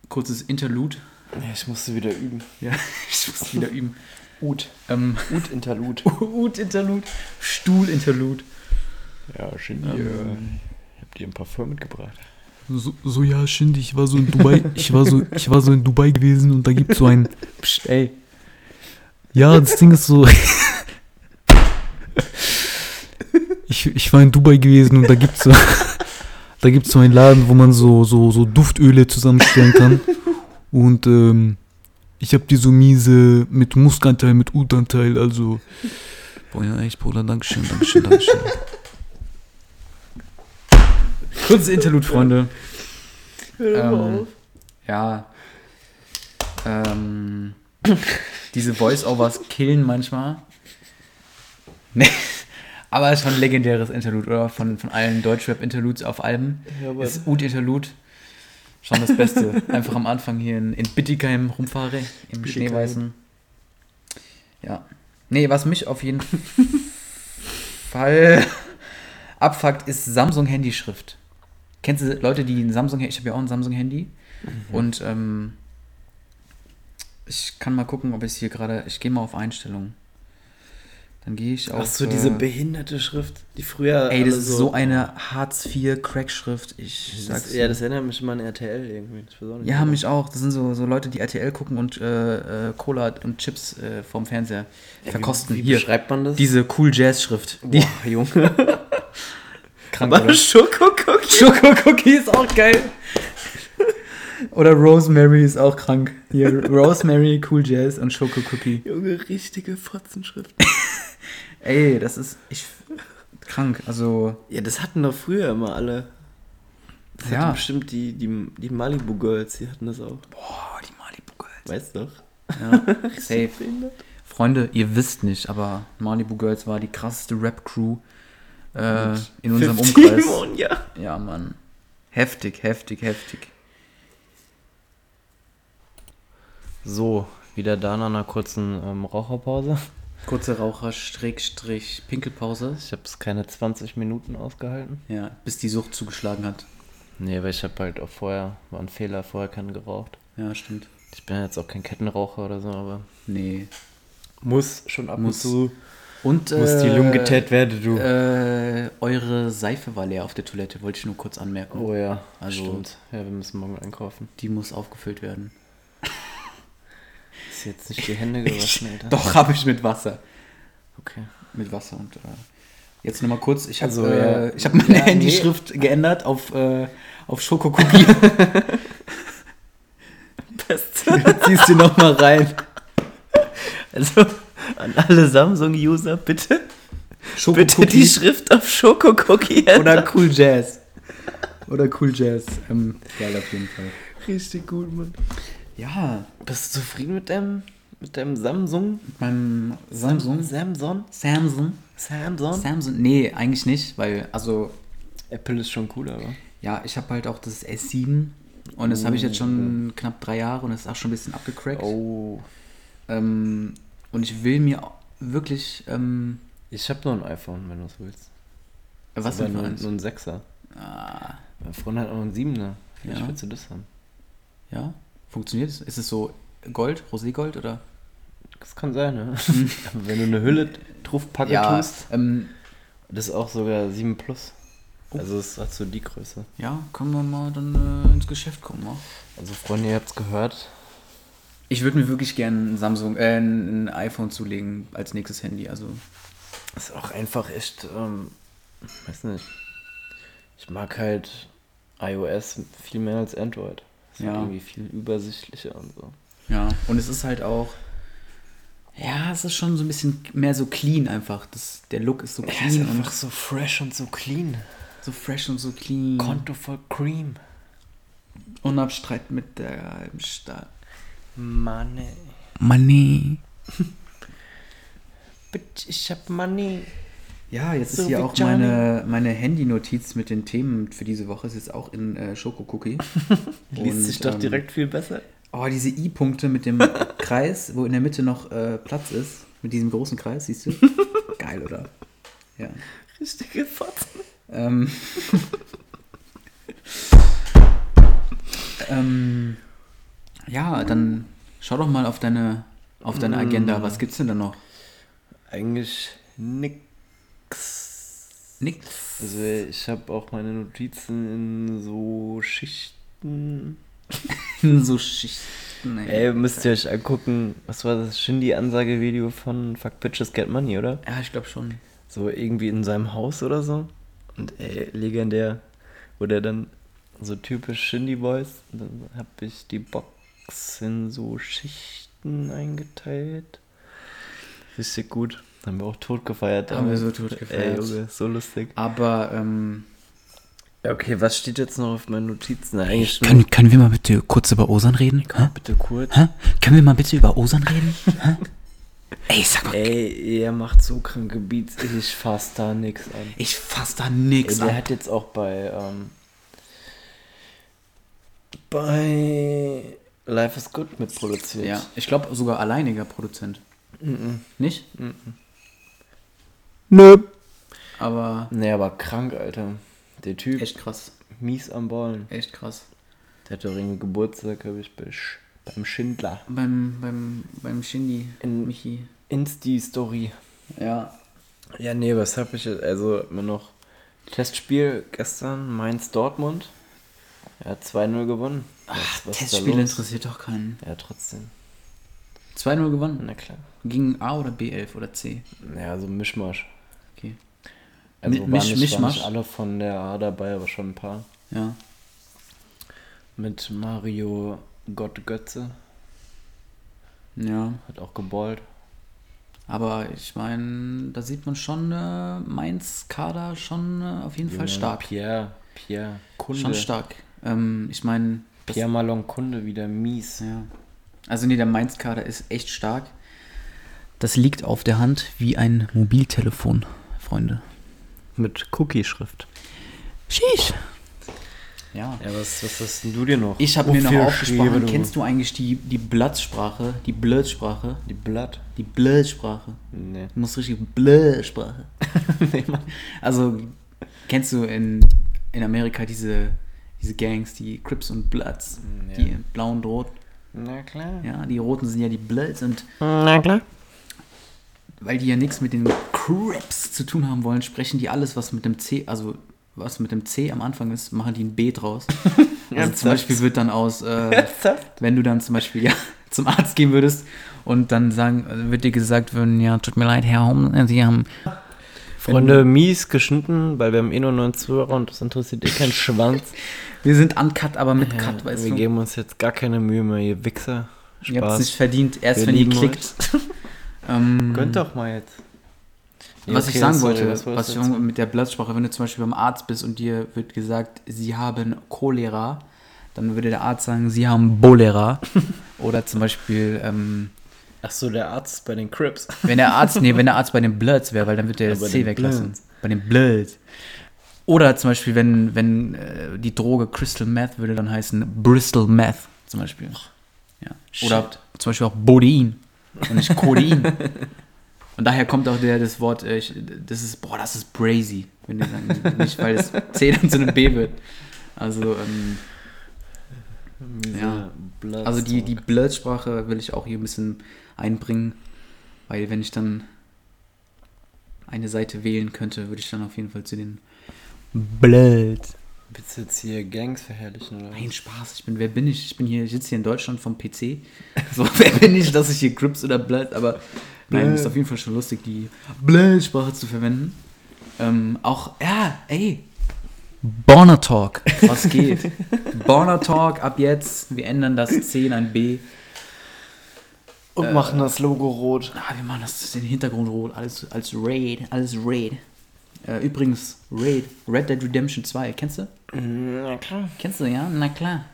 Speaker 2: kurzes Interlude.
Speaker 3: Ja, ich musste wieder üben.
Speaker 2: Ja, ich muss wieder üben. Ut. Ähm,
Speaker 3: Ut Interlude.
Speaker 2: Ut Interlude. Stuhl Interlude.
Speaker 3: Ja, Shindy, ähm. ich hab dir ein Parfum mitgebracht.
Speaker 1: So, so ja, Shindy, ich war so in Dubai, ich war so, ich war so in Dubai gewesen und da gibt's so ein.
Speaker 2: Psst, ey.
Speaker 1: Ja, das Ding ist so. ich, ich war in Dubai gewesen und da gibt's so. Da gibt's so einen Laden, wo man so, so, so Duftöle zusammenstellen kann. Und ähm, ich hab die so miese mit Muskanteil, mit Utanteil, also. Boah, ja, echt, Bruder, Dankeschön, Dankeschön, Dankeschön.
Speaker 2: Kurzes Interlude, Freunde. Ähm, ja. Ähm, diese Voice-Overs killen manchmal. Nee. Aber schon legendäres Interlude, oder? Von, von allen Deutschrap-Interludes auf Alben.
Speaker 3: Ja, aber-
Speaker 2: das Ud-Interlude. Schon das Beste. Einfach am Anfang hier in, in Bittigheim rumfahre, im
Speaker 3: Bittigheim.
Speaker 2: Schneeweißen. Ja. Nee, was mich auf jeden Fall abfuckt, ist Samsung-Handyschrift. Kennst du Leute, die ein Samsung Ich habe ja auch ein Samsung-Handy.
Speaker 3: Mhm.
Speaker 2: Und ähm, ich kann mal gucken, ob ich hier gerade. Ich gehe mal auf Einstellungen. Dann gehe ich auf.
Speaker 3: Ach so, diese
Speaker 2: äh,
Speaker 3: behinderte Schrift, die früher.
Speaker 2: Ey,
Speaker 3: alle
Speaker 2: das ist so, eine Hartz IV Crack-Schrift. Ich
Speaker 3: Das,
Speaker 2: sag's.
Speaker 3: ja, das erinnert mich immer an RTL irgendwie. Das war so eine-
Speaker 2: ja, mich auch. Das sind so, so Leute, die RTL gucken und äh, äh, Cola und Chips äh, vom Fernseher verkosten.
Speaker 3: Wie
Speaker 2: Hier,
Speaker 3: schreibt man das?
Speaker 2: diese Cool-Jazz-Schrift. Die
Speaker 3: Boah, Junge.
Speaker 2: krank, oder?
Speaker 3: Schokokookie.
Speaker 2: Schoko-Cookie ist auch geil. Oder Rosemary ist auch krank. Hier, Rosemary, Cool Jazz und Schoko-Cookie.
Speaker 3: Junge, richtige Fotzenschrift.
Speaker 2: Ey, das ist ich, krank. Also,
Speaker 3: Ja, das hatten doch früher immer alle. Das
Speaker 2: Ja.
Speaker 3: hatten bestimmt die, die, die Malibu Girls, die hatten das auch.
Speaker 2: boah, die Malibu Girls.
Speaker 3: Weißt du doch?
Speaker 2: Ja, safe. Freunde, ihr wisst nicht, aber Malibu Girls war die krasseste Rap-Crew äh, in unserem
Speaker 3: 15
Speaker 2: Umkreis.
Speaker 3: Mon- ja.
Speaker 2: Ja, Mann. Heftig, heftig, heftig.
Speaker 3: So, wieder da nach einer kurzen ähm, Raucherpause.
Speaker 2: Kurze Raucher, Strick, Strich, Pinkelpause.
Speaker 3: Ich habe es keine 20 Minuten ausgehalten.
Speaker 2: Ja, bis die Sucht zugeschlagen hat.
Speaker 3: Nee, weil ich habe halt auch vorher, war ein Fehler, vorher keinen geraucht.
Speaker 2: Ja, stimmt.
Speaker 3: Ich bin ja jetzt auch kein Kettenraucher oder so, aber.
Speaker 2: Nee.
Speaker 3: Muss schon ab
Speaker 2: Muss.
Speaker 3: und zu.
Speaker 2: Und äh,
Speaker 3: Muss die Lungen getät werden, du.
Speaker 2: Äh, eure Seife war leer auf der Toilette, wollte ich nur kurz anmerken.
Speaker 3: oh ja,
Speaker 2: also-
Speaker 3: stimmt. Ja, wir müssen morgen einkaufen.
Speaker 2: Die muss aufgefüllt werden.
Speaker 3: Ist jetzt nicht die Hände gewaschen, Alter.
Speaker 2: Doch, habe ich mit Wasser.
Speaker 3: Okay.
Speaker 2: Mit Wasser und. Äh, jetzt nochmal kurz. Ich habe
Speaker 3: Also,
Speaker 2: äh,
Speaker 3: ja.
Speaker 2: ich hab meine
Speaker 3: Ja, nee.
Speaker 2: Handyschrift geändert auf, äh, auf Schokokookie.
Speaker 3: Best.
Speaker 2: Ziehst du nochmal rein.
Speaker 3: Also, an alle Samsung-User, bitte, bitte die
Speaker 2: Schokokookie
Speaker 3: Schrift auf Schokokookie
Speaker 2: oder Cool Jazz. Oder Cool Jazz. Ähm, geil auf jeden Fall.
Speaker 3: Richtig gut, Mann.
Speaker 2: Ja,
Speaker 3: Bist du zufrieden mit deinem, mit deinem Samsung?
Speaker 2: mit meinem Samsung.
Speaker 3: Samsung?
Speaker 2: Samsung.
Speaker 3: Samsung?
Speaker 2: Samsung. Nee, eigentlich nicht, weil, also,
Speaker 3: Apple ist schon cool, aber.
Speaker 2: Ja, ich habe halt auch das S7 und das habe ich jetzt schon knapp drei Jahre und das ist auch schon ein bisschen abgecrackt.
Speaker 3: Oh.
Speaker 2: Ähm, und ich will mir au- wirklich, ähm,
Speaker 3: Ich habe noch ein iPhone, wenn du es willst.
Speaker 2: was
Speaker 3: aber
Speaker 2: denn für
Speaker 3: nur,
Speaker 2: eins?
Speaker 3: nur ein Sechser.
Speaker 2: Ah,
Speaker 3: Mein Freund hat auch einen Siebener. Vielleicht
Speaker 2: Ja.
Speaker 3: willst du das haben.
Speaker 2: ja, funktioniert es? Ist es so Gold, Roségold oder?
Speaker 3: Das kann sein, ne?
Speaker 2: Hm.
Speaker 3: Aber wenn du eine Hülle draufpacken tust,
Speaker 2: ähm,
Speaker 3: das ist auch sogar 7 Plus. Also es hat so die Größe.
Speaker 2: ja, können wir mal dann äh, ins Geschäft kommen. wa?
Speaker 3: Also Freunde, ihr habt's gehört.
Speaker 2: Ich würde mir wirklich gerne ein Samsung, äh, ein ein iPhone zulegen als nächstes Handy. Also
Speaker 3: Ist auch einfach echt, ähm, weiß nicht. Ich mag halt iOS viel mehr als Android. Ist
Speaker 2: Ja.
Speaker 3: halt irgendwie viel übersichtlicher und so.
Speaker 2: Ja, und es ist halt auch. Ja, es ist schon so ein bisschen mehr so clean einfach. Das, der Look ist so clean und
Speaker 3: so fresh und so clean.
Speaker 2: so fresh und so clean.
Speaker 3: Konto voll Cream.
Speaker 2: Unabstreit mit der halben Stadt.
Speaker 3: Money.
Speaker 2: Money.
Speaker 3: Bitch, ich hab Money.
Speaker 2: Ja, jetzt
Speaker 3: So
Speaker 2: ist hier
Speaker 3: wie
Speaker 2: auch
Speaker 3: Johnny.
Speaker 2: meine, meine Handy-Notiz mit den Themen für diese Woche. Ist jetzt auch in äh, Schokokookie.
Speaker 3: Liest
Speaker 2: Und,
Speaker 3: sich doch
Speaker 2: ähm,
Speaker 3: direkt viel besser.
Speaker 2: Oh, diese I-Punkte mit dem Kreis, wo in der Mitte noch äh, Platz ist. Mit diesem großen Kreis, siehst du? Geil, oder? Ja.
Speaker 3: Richtige Fotzen.
Speaker 2: Ähm. ähm. Ja, dann schau doch mal auf deine auf deiner Agenda? Was gibt's denn da noch?
Speaker 3: Eigentlich nix.
Speaker 2: Nix.
Speaker 3: Also ich habe auch meine Notizen in so Schichten.
Speaker 2: so Schichten. Ey.
Speaker 3: Ey, müsst ihr euch angucken, was war das Shindy-Ansage-Video von Fuck Bitches Get Money, oder?
Speaker 2: Ja, ich glaube schon.
Speaker 3: So irgendwie in seinem Haus oder so. Und ey, legendär. Wo der dann so typisch Shindy Boys. Und dann habe ich die Box in so Schichten eingeteilt. Richtig gut. Haben wir auch tot gefeiert.
Speaker 2: Haben wir
Speaker 3: damals.
Speaker 2: so tot gefeiert.
Speaker 3: Ey, Junge, so lustig.
Speaker 2: Aber ähm,
Speaker 3: Ja, okay, was steht jetzt noch auf meinen Notizen? Eigentlich
Speaker 1: Können, können wir mal bitte kurz über Osan reden? Hä?
Speaker 3: bitte kurz.
Speaker 1: Hä? Können wir mal bitte über Osan reden? Hä? Ey, sag mal,
Speaker 3: Ey, er macht so kranke Beats. Ich fass da nix an.
Speaker 2: ich fass da
Speaker 3: Ey,
Speaker 2: nix
Speaker 3: der
Speaker 2: an.
Speaker 3: hat jetzt auch bei ähm, bei Life is Good mitproduziert.
Speaker 2: Ja, ich glaube sogar alleiniger Produzent. Nicht?
Speaker 1: nö.
Speaker 2: Aber
Speaker 3: Nee, aber krank, Alter. Der Typ,
Speaker 2: echt krass.
Speaker 3: mies am Ballen.
Speaker 2: Echt krass.
Speaker 3: Der hat doch irgendwie Geburtstag, habe ich, bei Sch beim Schindler.
Speaker 2: Beim, beim, beim Shindy,
Speaker 3: In-
Speaker 2: Michi.
Speaker 3: Insti-Story.
Speaker 2: Ja.
Speaker 3: Ja, nee, was hab ich jetzt? Also immer noch Testspiel gestern, Mainz-Dortmund. Er hat 2-0 gewonnen.
Speaker 2: Ach,
Speaker 3: Was- was ist da
Speaker 2: Testspiel
Speaker 3: los?
Speaker 2: interessiert doch keinen.
Speaker 3: Ja, trotzdem.
Speaker 2: 2-0 gewonnen.
Speaker 3: Na klar.
Speaker 2: Gegen A oder B11 oder C?
Speaker 3: Ja, so ein Mischmasch.
Speaker 2: Okay.
Speaker 3: Also
Speaker 2: Mi-
Speaker 3: waren
Speaker 2: Misch-
Speaker 3: nicht, Waren
Speaker 2: Mischmasch?
Speaker 3: nicht alle von der A dabei, aber schon ein paar.
Speaker 2: Ja.
Speaker 3: Mit Mario Gott Götze
Speaker 2: Ja.
Speaker 3: hat auch geballt.
Speaker 2: Aber ich meine, da sieht man schon äh, Mainz Kader schon äh, auf jeden Fall
Speaker 3: Junge,
Speaker 2: stark.
Speaker 3: Pierre, Pierre Kunde.
Speaker 2: Schon stark. Ähm, ich meine, das-
Speaker 3: Pierre Malon Kunde wieder mies.
Speaker 2: ja. Also nee, der Mainz Kader ist echt stark. Das liegt auf der Hand wie ein Mobiltelefon, Freunde.
Speaker 3: Mit Cookie-Schrift.
Speaker 2: Sheesh. Ja.
Speaker 3: Ja, was, was hast denn du dir noch?
Speaker 2: Ich habe mir noch
Speaker 3: Wofür
Speaker 2: aufgesprochen,
Speaker 3: schriebe du?
Speaker 2: kennst du eigentlich die, die Blattsprache? Die Blödsprache?
Speaker 3: Die Blatt?
Speaker 2: Die Blödsprache.
Speaker 3: Nee.
Speaker 2: Du musst richtig Blödsprache. nee, Mann. also, kennst du in, in Amerika diese, diese Gangs, die Crips und Bloods?
Speaker 3: Mm, ja.
Speaker 2: Die blauen und rot.
Speaker 3: Na klar.
Speaker 2: Ja, die roten sind ja die Bloods und
Speaker 3: Na klar.
Speaker 2: weil die ja nichts mit den Crips zu tun haben wollen, sprechen die alles, was mit dem C, also was mit dem C am Anfang ist, machen die ein B draus. Also zum
Speaker 3: Ernsthaft?
Speaker 2: Beispiel wird dann aus, äh, wenn du dann zum Beispiel ja, zum Arzt gehen würdest und dann sagen, also wird dir gesagt würden, ja, tut mir leid, Herr Hom, Sie haben
Speaker 3: Freunde, mies geschnitten, weil wir haben eh nur neun Zuhörer und das interessiert eh keinen Schwanz.
Speaker 2: Wir sind uncut, aber mit Cut, weißt
Speaker 3: wir
Speaker 2: du.
Speaker 3: geben uns jetzt gar keine Mühe mehr, ihr Wichser.
Speaker 2: Ihr habt es nicht
Speaker 3: Spaß.
Speaker 2: verdient, erst
Speaker 3: Wir
Speaker 2: wenn ihr
Speaker 3: lieben
Speaker 2: klickt. Ähm,
Speaker 3: Gönnt doch mal jetzt. Ja,
Speaker 2: was
Speaker 3: okay,
Speaker 2: ich sagen
Speaker 3: sorry,
Speaker 2: wollte, was,
Speaker 3: wolltest du
Speaker 2: ich
Speaker 3: jetzt?
Speaker 2: mit der Blattsprache, wenn du zum Beispiel beim Arzt bist und dir wird gesagt, sie haben Cholera, dann würde der Arzt sagen, sie haben Bolera. Oder zum Beispiel, ähm,
Speaker 3: Ach so, der Arzt bei den Crips.
Speaker 2: wenn der Arzt, nee, wenn der Arzt bei den Bloods wäre, weil dann wird der
Speaker 3: Ja,
Speaker 2: das
Speaker 3: bei
Speaker 2: C
Speaker 3: den
Speaker 2: weglassen.
Speaker 3: Bloods.
Speaker 2: Bei den Bloods. Oder zum Beispiel, wenn, wenn äh, die Droge Crystal Meth würde dann heißen Bristol Meth zum Beispiel. Ja. Oder zum Beispiel auch Bodin und nicht Codein. und daher kommt auch der, das Wort, äh, ich, das ist, boah, das ist brazy, wenn die sagen, nicht, weil das C dann zu einem B wird. Also, ähm, Ja. also die, die Blödsprache will ich auch hier ein bisschen einbringen, weil wenn ich dann eine Seite wählen könnte, würde ich dann auf jeden Fall zu den Blöd.
Speaker 3: Willst du jetzt hier Gangs verherrlichen oder?
Speaker 2: Nein, Spaß, ich bin, wer bin ich? Ich bin hier, ich sitze hier in Deutschland vom PC. So, wer bin ich, dass ich hier Crips oder Blöd, aber nein,
Speaker 3: Blöd.
Speaker 2: ist auf jeden Fall schon lustig, die Blödsprache zu verwenden. Ähm, auch, ja, ey,
Speaker 1: Bonner Talk.
Speaker 2: was geht? Borner Talk ab jetzt, wir ändern das C in ein B.
Speaker 3: Und machen das Logo rot.
Speaker 2: Ah, wir machen das den Hintergrund rot, alles als Raid, alles Raid. Äh, übrigens, Raid, Red Dead Redemption 2, kennst du?
Speaker 3: Na klar.
Speaker 2: Kennst du, ja? Na klar.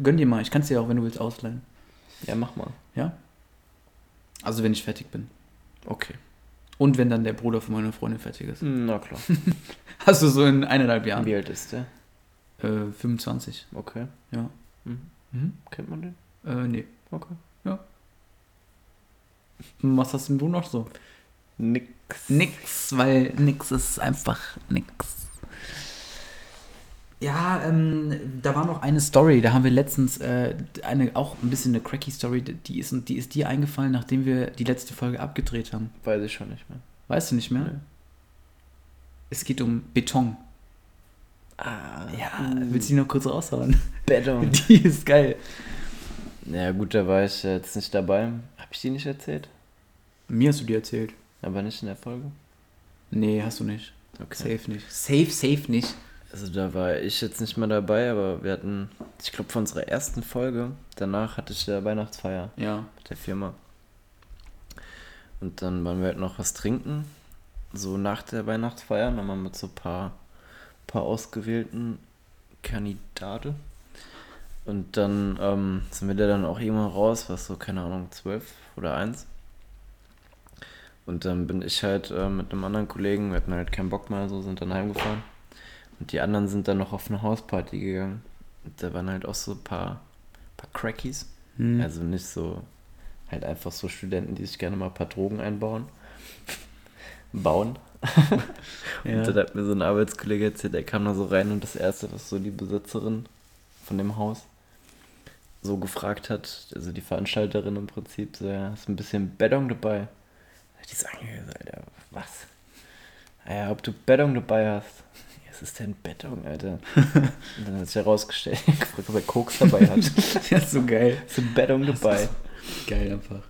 Speaker 2: Gönn dir mal, ich kann es dir auch, wenn du willst, ausleihen.
Speaker 3: Ja, mach mal.
Speaker 2: Ja? Also, wenn ich fertig bin.
Speaker 3: Okay.
Speaker 2: Und wenn dann der Bruder von meiner Freundin fertig ist.
Speaker 3: Na klar.
Speaker 2: Hast du so in eineinhalb Jahren?
Speaker 3: Wie alt ist der?
Speaker 2: Äh, 25.
Speaker 3: Okay.
Speaker 2: Ja.
Speaker 3: Mhm.
Speaker 2: Mhm.
Speaker 3: Kennt man den?
Speaker 2: Äh, nee.
Speaker 3: Okay.
Speaker 2: Was hast denn du noch so?
Speaker 3: Nix.
Speaker 2: Nix, weil nix ist einfach nix. Ja, ähm, da war noch eine Story, da haben wir letztens äh, eine, auch ein bisschen eine cracky Story, die ist, die ist dir eingefallen, nachdem wir die letzte Folge abgedreht haben.
Speaker 3: Weiß ich schon nicht mehr.
Speaker 2: Weißt du nicht mehr?
Speaker 3: Nee.
Speaker 2: Es geht um Beton.
Speaker 3: Ah,
Speaker 2: Ja, willst du die noch kurz raushauen?
Speaker 3: Beton.
Speaker 2: Die ist geil.
Speaker 3: Ja gut, da war ich jetzt nicht dabei. Hab ich die nicht erzählt?
Speaker 2: Mir hast du die erzählt.
Speaker 3: Aber nicht in der Folge.
Speaker 2: Nee, hast du nicht.
Speaker 3: Okay.
Speaker 2: Safe nicht. Safe, safe nicht.
Speaker 3: Also da war ich jetzt nicht mehr dabei, aber wir hatten, ich glaube von unserer ersten Folge, danach hatte ich ja Weihnachtsfeier
Speaker 2: Ja.
Speaker 3: mit der Firma. Und dann waren wir halt noch was trinken. So nach der Weihnachtsfeier, dann waren wir mit so ein paar, paar ausgewählten Kandidaten. Und dann ähm, sind wir da dann auch irgendwann raus, was so, keine Ahnung, zwölf oder eins. Und dann bin ich halt äh, mit einem anderen Kollegen, wir hatten halt keinen Bock mehr, so sind dann heimgefahren. Und die anderen sind dann noch auf eine Hausparty gegangen. Und da waren halt auch so ein paar, paar Crackies.
Speaker 2: Hm.
Speaker 3: Also nicht so, halt einfach so Studenten, die sich gerne mal ein paar Drogen einbauen. Bauen.
Speaker 2: ja.
Speaker 3: Und dann hat mir so ein Arbeitskollege erzählt, er kam da so rein und das Erste, was so die Besitzerin von dem Haus so gefragt hat, also die Veranstalterin im Prinzip, so, ja, ist ein bisschen Bettong dabei. Da hat die so angehört, Alter, was? Ah Ja, ob du Bettong dabei hast. Ja, Was ist denn Bettong, Alter? Und dann hat sich herausgestellt, gefragt, ob er Koks dabei hat. Ist
Speaker 2: ja, so geil.
Speaker 3: ein Bettong dabei?
Speaker 2: Geil einfach.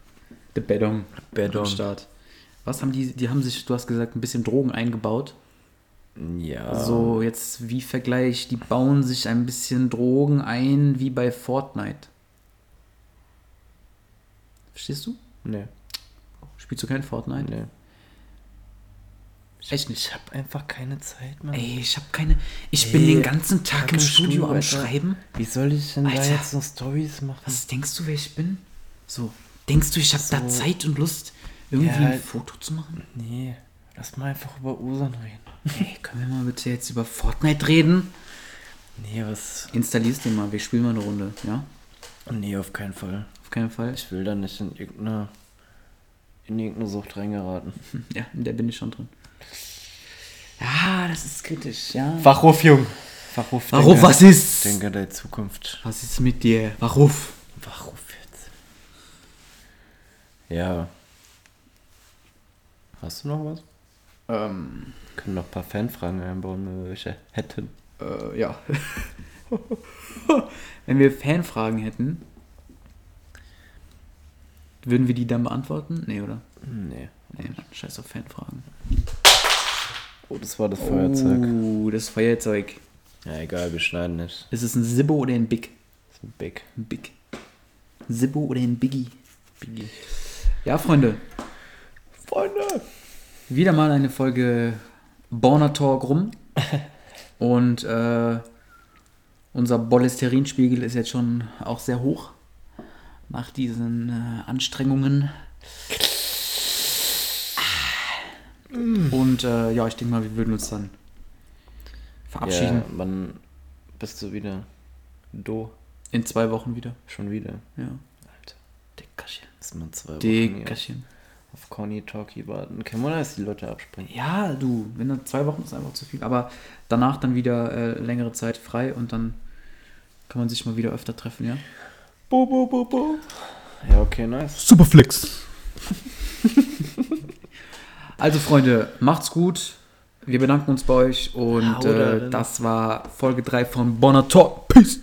Speaker 2: Der Beton.
Speaker 3: Beton.
Speaker 2: Am Start. Was haben die, die haben sich, du hast gesagt, ein bisschen Drogen eingebaut.
Speaker 3: Ja.
Speaker 2: So, jetzt wie Vergleich, die bauen sich ein bisschen Drogen ein, wie bei Fortnite. Verstehst du?
Speaker 3: Nee.
Speaker 2: Spielst du kein Fortnite?
Speaker 3: nee.
Speaker 2: Echt nicht.
Speaker 3: Ich hab einfach keine Zeit, Mann.
Speaker 2: Ey, ich hab keine. Ich
Speaker 3: Ey,
Speaker 2: bin den ganzen Tag
Speaker 3: Tag
Speaker 2: im
Speaker 3: im
Speaker 2: Studio
Speaker 3: Studio,
Speaker 2: am
Speaker 3: Alter.
Speaker 2: Schreiben.
Speaker 3: Wie soll ich denn da
Speaker 2: Alter.
Speaker 3: jetzt noch Stories machen?
Speaker 2: Was denkst du, wer ich bin? So, denkst du, ich hab da
Speaker 3: So.
Speaker 2: Zeit und Lust, irgendwie
Speaker 3: Ja.
Speaker 2: ein Foto zu machen?
Speaker 3: Nee. Lass mal einfach über Usan reden.
Speaker 2: Ey, können wir mal bitte jetzt über Fortnite reden?
Speaker 3: Nee, was?
Speaker 2: Installierst den mal, wir spielen mal eine Runde, ja?
Speaker 3: Nee, auf keinen Fall.
Speaker 2: Auf keinen Fall.
Speaker 3: Ich will da nicht in irgendeine, in irgendeine Sucht reingeraten.
Speaker 2: Ja, in der bin ich schon drin. Ja, das ist kritisch, ja.
Speaker 3: Wachruf, Jung. Wachruf,
Speaker 2: Warum, was
Speaker 3: Ich
Speaker 2: ist?
Speaker 3: denke an deine Zukunft.
Speaker 2: Was ist mit dir? Warum?
Speaker 3: Wachruf jetzt. Ja. Hast du noch was?
Speaker 2: Ähm,
Speaker 3: Können noch ein paar Fanfragen einbauen, wenn wir welche hätten.
Speaker 2: äh, ja. Wenn wir Fanfragen hätten, würden wir die dann beantworten? Nee, oder?
Speaker 3: Nee.
Speaker 2: Nee, Mann, scheiß auf Fanfragen.
Speaker 3: Oh, das war das Feuerzeug.
Speaker 2: Oh, das Feuerzeug.
Speaker 3: Ja, egal, wir schneiden nicht.
Speaker 2: Ist es ein Sibbo oder ein Big?
Speaker 3: Ist ein Big.
Speaker 2: Ein Big. Sibbo oder ein Biggie? Biggie. Ja, Freunde.
Speaker 3: Freunde!
Speaker 2: Wieder mal eine Folge Borner Talk rum. Und äh, unser Bolesterinspiegel ist jetzt schon auch sehr hoch nach diesen äh, Anstrengungen.
Speaker 3: Ah.
Speaker 2: Und äh, ja, ich denke mal, wir würden uns dann verabschieden.
Speaker 3: Ja, wann bist du wieder? Do.
Speaker 2: In zwei Wochen wieder.
Speaker 3: Schon wieder.
Speaker 2: Ja.
Speaker 3: Alter,
Speaker 2: Dickerchen.
Speaker 3: ist man zwei Wochen hier
Speaker 2: Dickerchen.
Speaker 3: auf Conny Talkie warten. Kein Wunder, dass die Leute abspringen.
Speaker 2: Ja, du, wenn dann zwei Wochen ist einfach zu viel. Aber danach dann wieder äh, längere Zeit frei und dann kann man sich mal wieder öfter treffen, ja?
Speaker 3: Bo, bo, bo, bo. Ja, okay, nice.
Speaker 1: Superflex.
Speaker 2: Also, Freunde, macht's gut. Wir bedanken uns bei euch und
Speaker 3: Hau da
Speaker 2: äh,
Speaker 3: rein.
Speaker 2: das war Folge 3 von Bonner Talk. Peace!